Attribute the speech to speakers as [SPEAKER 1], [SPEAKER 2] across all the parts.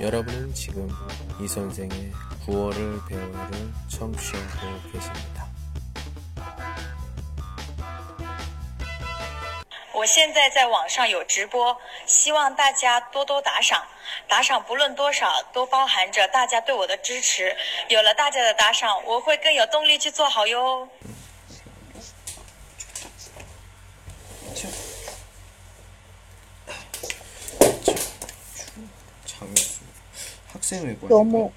[SPEAKER 1] 여러분은 지금 이 선생의 구월을 배우를 청취하고 계십니다.
[SPEAKER 2] 我现在在网上有直播，希望大家多多打赏，打赏不论多少，都包含着大家对我的支持。有了大家的打赏，我会更有动力去做好哟。
[SPEAKER 1] 장수 학생회 관리
[SPEAKER 3] 교무.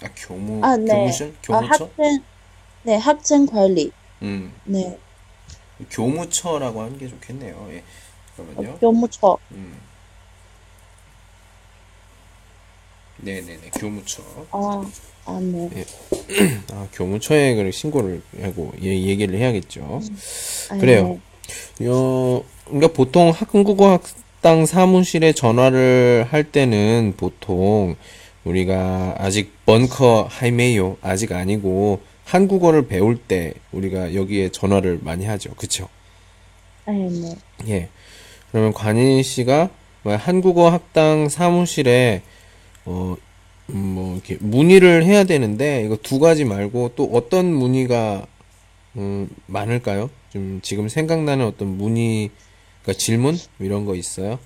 [SPEAKER 1] 아 교무
[SPEAKER 3] 아, 네.
[SPEAKER 1] 교무실
[SPEAKER 3] 아,
[SPEAKER 1] 교무처
[SPEAKER 3] 학생, 네, 학생 관리.
[SPEAKER 1] 음
[SPEAKER 3] 네,
[SPEAKER 1] 교무처라고 하는 게 좋겠네요. 예.
[SPEAKER 3] 어,
[SPEAKER 1] 잠깐만요.
[SPEAKER 3] 교무처.
[SPEAKER 1] 음. 네네네 교무처.
[SPEAKER 3] 아, 아, 네.
[SPEAKER 1] 아 교무처에 그 신고를 하고 예, 얘기를 해야겠죠.
[SPEAKER 3] 아,
[SPEAKER 1] 그래요. 어, 그러니까 보통 한국어 학당 사무실에 전화를 할 때는 보통 우리가 아직 번커 하이메요 아직 아니고 한국어를 배울 때 우리가 여기에 전화를 많이 하죠. 그쵸?
[SPEAKER 3] 네, 아, 네.
[SPEAKER 1] 예. 그러면 관인 씨가 뭐 한국어 학당 사무실에 어, 음, 뭐 이렇게 문의를 해야 되는데 이거 두 가지 말고 또 어떤 문의가 음, 많을까요? 좀 지금 생각나는 어떤 문의, 그러니까 질문 이런 거 있어요?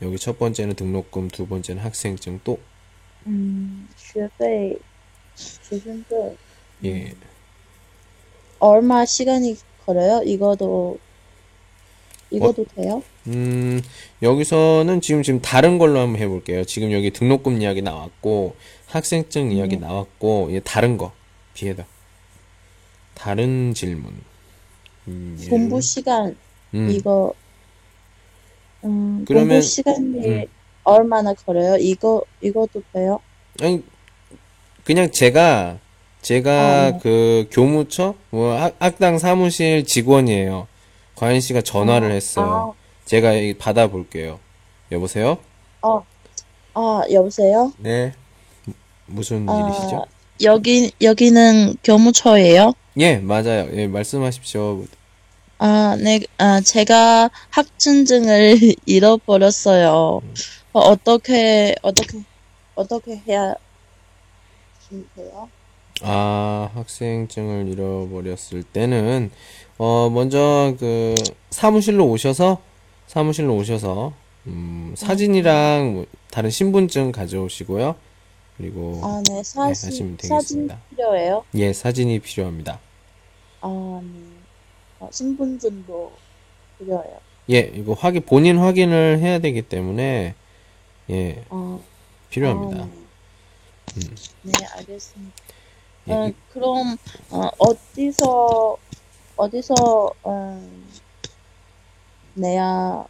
[SPEAKER 1] 여기 첫 번째는 등록금, 두 번째는 학생증 또
[SPEAKER 3] 嗯，学费、学生费
[SPEAKER 1] 예.
[SPEAKER 3] 얼마 시간이 걸려요? 이거도 이거도
[SPEAKER 1] 어,
[SPEAKER 3] 돼요?
[SPEAKER 1] 음, 여기서는 지금 지금 다른 걸로 한번 해볼게요. 지금 여기 등록금 이야기 나왔고, 학생증 이야기
[SPEAKER 3] 네.
[SPEAKER 1] 나왔고, 예, 다른 거. 뒤에다. 다른 질문. 음, 예.
[SPEAKER 3] 공부 시간
[SPEAKER 1] 음,
[SPEAKER 3] 이거 음,
[SPEAKER 1] 그러면-
[SPEAKER 3] 공부 시간이
[SPEAKER 1] 음.
[SPEAKER 3] 얼마나 걸려요? 이거 이것도 돼요?
[SPEAKER 1] 아니, 그냥 제가, 제가
[SPEAKER 3] 아, 네.
[SPEAKER 1] 그 교무처? 뭐 학, 학당 사무실 직원이에요. 과연 씨가
[SPEAKER 3] 아,
[SPEAKER 1] 전화를 했어요. 제가 이- 받아볼게요. 여보세요?
[SPEAKER 3] 아, 아, 여보세요?
[SPEAKER 1] 네. 무슨
[SPEAKER 3] 아,
[SPEAKER 1] 일이시죠?
[SPEAKER 3] 여기 여기는 교무처예요?
[SPEAKER 1] 예, 맞아요. 예, 말씀하십시오.
[SPEAKER 3] 아, 네, 아, 제가 학증증을 잃어버렸어요. 어, 어떻게, 어떻게, 어떻게 해야 돼요?
[SPEAKER 1] 아, 학생증을 잃어버렸을 때는, 어, 먼저, 그, 사무실로 오셔서, 사무실로 오셔서, 음, 사진이랑, 뭐 다른 신분증 가져오시고요. 그리고,
[SPEAKER 3] 아, 네,
[SPEAKER 1] 네,
[SPEAKER 3] 사진,
[SPEAKER 1] 하시면
[SPEAKER 3] 사진
[SPEAKER 1] 되겠습니다.
[SPEAKER 3] 필요해요?
[SPEAKER 1] 예, 사진이 필요합니다.
[SPEAKER 3] 아, 네. 어, 신분증도 필요해요.
[SPEAKER 1] 예, 이거 확인, 본인 확인을 해야 되기 때문에, 예,
[SPEAKER 3] 아,
[SPEAKER 1] 필요합니다.
[SPEAKER 3] 아, 네.
[SPEAKER 1] 음.
[SPEAKER 3] 네, 알겠습니다.
[SPEAKER 1] 예,
[SPEAKER 3] 어, 그럼, 어, 어디서, 어디서, 음, 내야,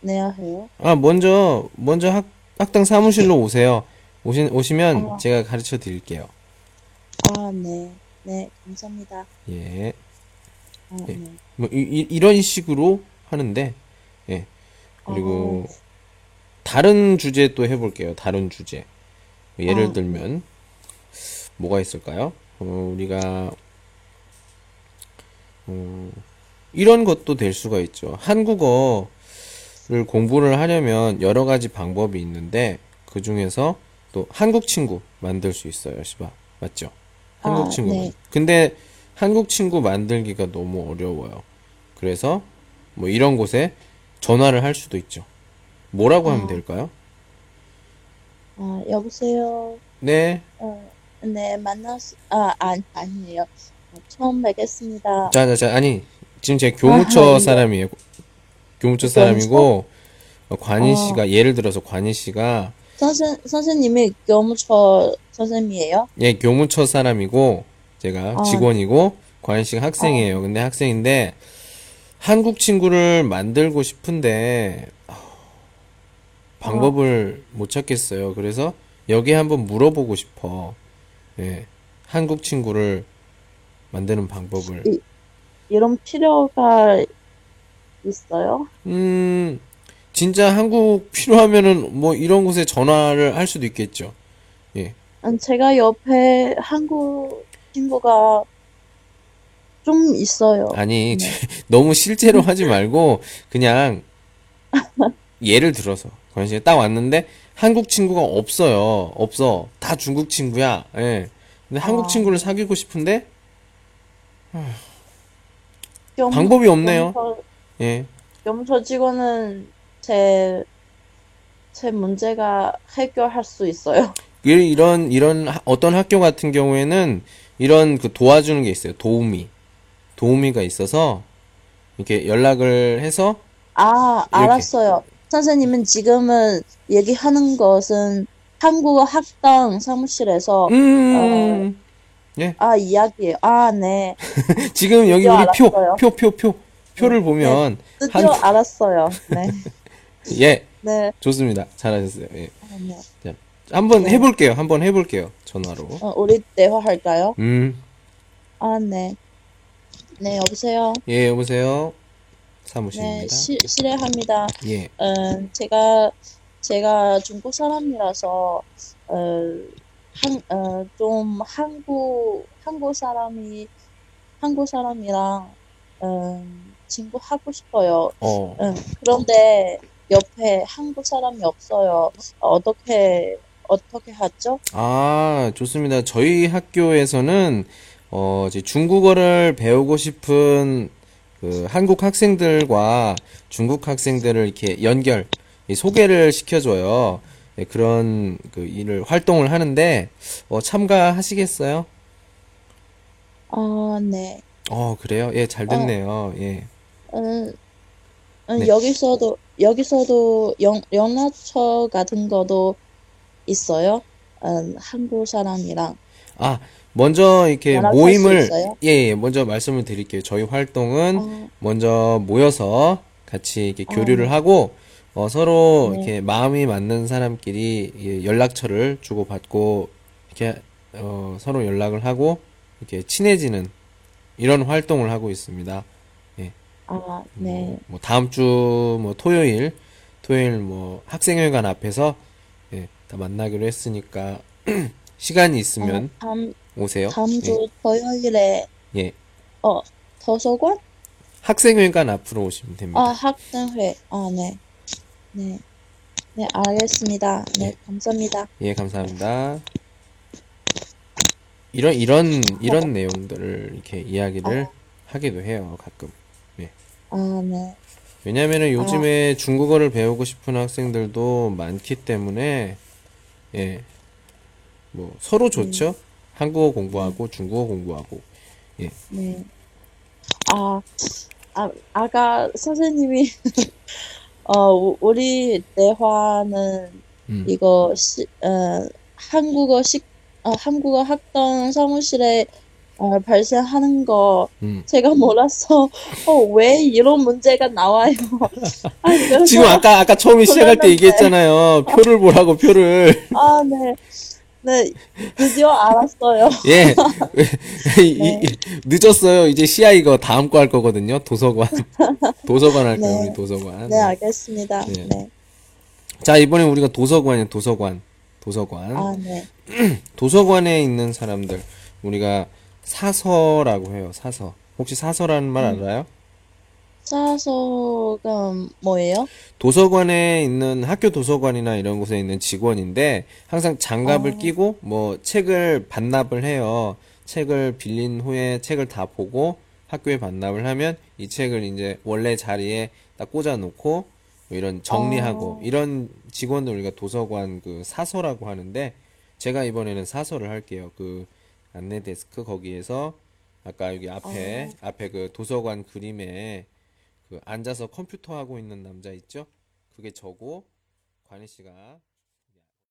[SPEAKER 3] 내야 해요?
[SPEAKER 1] 아, 먼저, 먼저 학, 학당 사무실로 오세요. 오신, 오시면
[SPEAKER 3] 어.
[SPEAKER 1] 제가 가르쳐 드릴게요.
[SPEAKER 3] 아, 네. 네, 감사합니다.
[SPEAKER 1] 예.
[SPEAKER 3] 아,
[SPEAKER 1] 네.
[SPEAKER 3] 네.
[SPEAKER 1] 뭐 이, 이- 이런 식으로 하는데 예 그리고 다른 주제 또 해볼게요 다른 주제 예를
[SPEAKER 3] 아.
[SPEAKER 1] 들면 뭐가 있을까요 어, 우리가 어, 이런 것도 될 수가 있죠 한국어를 공부를 하려면 여러 가지 방법이 있는데 그 중에서 또 한국 친구 만들 수 있어요 시바 맞죠 한국
[SPEAKER 3] 아,
[SPEAKER 1] 친구
[SPEAKER 3] 네.
[SPEAKER 1] 근데 한국 친구 만들기가 너무 어려워요 그래서 뭐 이런 곳에 전화를 할 수도 있죠. 뭐라고 하면 될까요?
[SPEAKER 3] 아, 여보세요.
[SPEAKER 1] 네.
[SPEAKER 3] 어, 네, 만나서, 아, 안, 아니에요. 어, 처음 뵙겠습니다.
[SPEAKER 1] 자, 자, 자. 아니, 지금 제가 교무처
[SPEAKER 3] 아, 네.
[SPEAKER 1] 사람이에요. 교무처 사람이고, 어, 관희 씨가, 예를 들어서 관희 씨가,
[SPEAKER 3] 선생, 선생님이 교무처 선생님이에요?
[SPEAKER 1] 예, 교무처 사람이고, 제가
[SPEAKER 3] 아.
[SPEAKER 1] 직원이고, 관희 씨가 학생이에요. 근데 학생인데, 한국 친구를 만들고 싶은데, 아, 방법을 못 찾겠어요. 그래서 여기에 한번 물어보고 싶어. 예, 한국 친구를 만드는 방법을.
[SPEAKER 3] 이- 이런 필요가 있어요?
[SPEAKER 1] 음, 진짜 한국 필요하면은 뭐 이런 곳에 전화를 할 수도 있겠죠. 예,
[SPEAKER 3] 음, 제가 옆에 한국 친구가 좀 있어요.
[SPEAKER 1] 아니,
[SPEAKER 3] 네.
[SPEAKER 1] 너무 실제로 하지 말고, 그냥, 예를 들어서, 관심이 딱 왔는데, 한국 친구가 없어요. 없어. 다 중국 친구야. 예. 근데 한국
[SPEAKER 3] 아.
[SPEAKER 1] 친구를 사귀고 싶은데
[SPEAKER 3] 좀-
[SPEAKER 1] 방법이 없네요.
[SPEAKER 3] 좀 더-
[SPEAKER 1] 예.
[SPEAKER 3] 좀 솔직히는 제, 제 문제가 해결할 수 있어요.
[SPEAKER 1] 이- 이런 이런 하- 어떤 학교 같은 경우에는 이런 그 도와주는 게 있어요. 도우미. 도우미가 있어서 이렇게 연락을 해서
[SPEAKER 3] 아,
[SPEAKER 1] 이렇게.
[SPEAKER 3] 알았어요. 선생님은 지금은 얘기하는 것은 한국어 학당 사무실에서
[SPEAKER 1] 음.
[SPEAKER 3] 아, 이야기예요. 아, 네.
[SPEAKER 1] 지금 여기
[SPEAKER 3] 드디어
[SPEAKER 1] 우리 표,
[SPEAKER 3] 알았어요. 네.
[SPEAKER 1] 표, 표, 표, 표를 보면
[SPEAKER 3] 드디어
[SPEAKER 1] 한-
[SPEAKER 3] 알았어요. 네.
[SPEAKER 1] 예,
[SPEAKER 3] 네.
[SPEAKER 1] 좋습니다. 잘하셨어요. 예.
[SPEAKER 3] 아, 네.
[SPEAKER 1] 한번 해볼게요. 한번 해볼게요. 전화로.
[SPEAKER 3] 어, 우리 대화할까요?
[SPEAKER 1] 음,
[SPEAKER 3] 아, 네. 네, 여보세요.
[SPEAKER 1] 예, 여보세요.
[SPEAKER 3] 네,
[SPEAKER 1] 사무실입니다.
[SPEAKER 3] 시, 실례합니다.
[SPEAKER 1] 예,
[SPEAKER 3] 음, 제가 제가 중국 사람이라서 어, 한, 어, 좀 한국 한국 사람이 한국 사람이랑 음, 친구 하고 싶어요.
[SPEAKER 1] 어,
[SPEAKER 3] 음, 그런데 옆에 한국 사람이 없어요. 어떻게 어떻게 하죠?
[SPEAKER 1] 아, 좋습니다. 저희 학교에서는 어, 이제 중국어를 배우고 싶은 그 한국 학생들과 중국 학생들을 이렇게 연결, 이 소개를 시켜줘요. 예, 그런 그 일을 활동을 하는데 어, 참가하시겠어요?
[SPEAKER 3] 아, 네.
[SPEAKER 1] 어, 그래요? 예, 잘
[SPEAKER 3] 어.
[SPEAKER 1] 됐네요. 예.
[SPEAKER 3] 음, 음,
[SPEAKER 1] 네.
[SPEAKER 3] 여기서도 여기서도 영 영라초 같은 것도 있어요. 음, 한국 사람이랑.
[SPEAKER 1] 아, 먼저 이렇게
[SPEAKER 3] 연락할 수
[SPEAKER 1] 모임을,
[SPEAKER 3] 있어요?
[SPEAKER 1] 예, 예, 먼저 말씀을 드릴게요. 저희 활동은 먼저 모여서 같이 이렇게
[SPEAKER 3] 어.
[SPEAKER 1] 교류를 하고, 어, 서로
[SPEAKER 3] 네.
[SPEAKER 1] 이렇게 마음이 맞는 사람끼리 예, 연락처를 주고받고, 이렇게, 어, 서로 연락을 하고, 이렇게 친해지는 이런 활동을 하고 있습니다.
[SPEAKER 3] 아,
[SPEAKER 1] 뭐,
[SPEAKER 3] 네.
[SPEAKER 1] 뭐 다음 주 뭐 토요일, 토요일 뭐 학생회관 앞에서 예, 다 만나기로 했으니까 시간이 있으면
[SPEAKER 3] 어, 다음,
[SPEAKER 1] 오세요.
[SPEAKER 3] 다음
[SPEAKER 1] 예,
[SPEAKER 3] 주 토요일에,
[SPEAKER 1] 예.
[SPEAKER 3] 어, 도서관?
[SPEAKER 1] 음. 학생회관 앞으로 오시면 됩니다.
[SPEAKER 3] 아, 학생회. 아, 네. 네. 네, 알겠습니다. 네, 감사합니다.
[SPEAKER 1] 예, 감사합니다. 이런 이런
[SPEAKER 3] 어.
[SPEAKER 1] 이런 내용들을 이렇게 이야기를 하기도 해요, 가끔.
[SPEAKER 3] 아, 네.
[SPEAKER 1] 왜냐면은 요즘에 중국어를 배우고 싶은 학생들도 많기 때문에 예. 뭐
[SPEAKER 3] 음.
[SPEAKER 1] 서로 좋죠. 한국어 공부하고 중국어 공부하고.
[SPEAKER 3] 네. 아, 아, 아까 선생님이, 어, 우- 우리 대화는
[SPEAKER 1] 음.
[SPEAKER 3] 이거, 시, 어, 한국어 식, 어, 한국어 학당 사무실에, 어, 발생하는 거,
[SPEAKER 1] 음.
[SPEAKER 3] 제가 몰라서 어, 왜 이런 문제가 나와요? 아, 그래서 네.
[SPEAKER 1] 지금 아까 아까 처음에 시작할 때
[SPEAKER 3] 몰랐는데.
[SPEAKER 1] 얘기했잖아요. 표를 보라고 표를.
[SPEAKER 3] 아, 네. 네, 드디어 알았어요.
[SPEAKER 1] 예. 이- 이-
[SPEAKER 3] 네.
[SPEAKER 1] 늦었어요. 이제 시아 이거 다음 거 할 거거든요. 도서관. 도서관 할 거예요.
[SPEAKER 3] 네.
[SPEAKER 1] 우리 도서관.
[SPEAKER 3] 네, 알겠습니다.
[SPEAKER 1] 네.
[SPEAKER 3] 네.
[SPEAKER 1] 자, 이번에 우리가 도서관이요. 도서관. 도서관.
[SPEAKER 3] 아, 네.
[SPEAKER 1] 도서관에 있는 사람들 우리가 사서라고 해요. 사서. 혹시 사서라는 말
[SPEAKER 3] 음.
[SPEAKER 1] 알아요?
[SPEAKER 3] 사서가 뭐예요?
[SPEAKER 1] 도서관에 있는 학교 도서관이나 이런 곳에 있는 직원인데 항상 장갑을
[SPEAKER 3] 어.
[SPEAKER 1] 끼고 뭐 책을 반납을 해요. 책을 빌린 후에 책을 다 보고 학교에 반납을 하면 이 책을 이제 원래 자리에 딱 꽂아놓고 뭐 이런 정리하고
[SPEAKER 3] 어.
[SPEAKER 1] 이런 직원들 우리가 도서관 그 사서라고 하는데 제가 이번에는 사서를 할게요. 그 안내 데스크 거기에서 아까 여기 앞에
[SPEAKER 3] 어.
[SPEAKER 1] 앞에 그 도서관 그림에 그 앉아서 컴퓨터 하고 있는 남자 있죠? 그게 저고 관희 씨가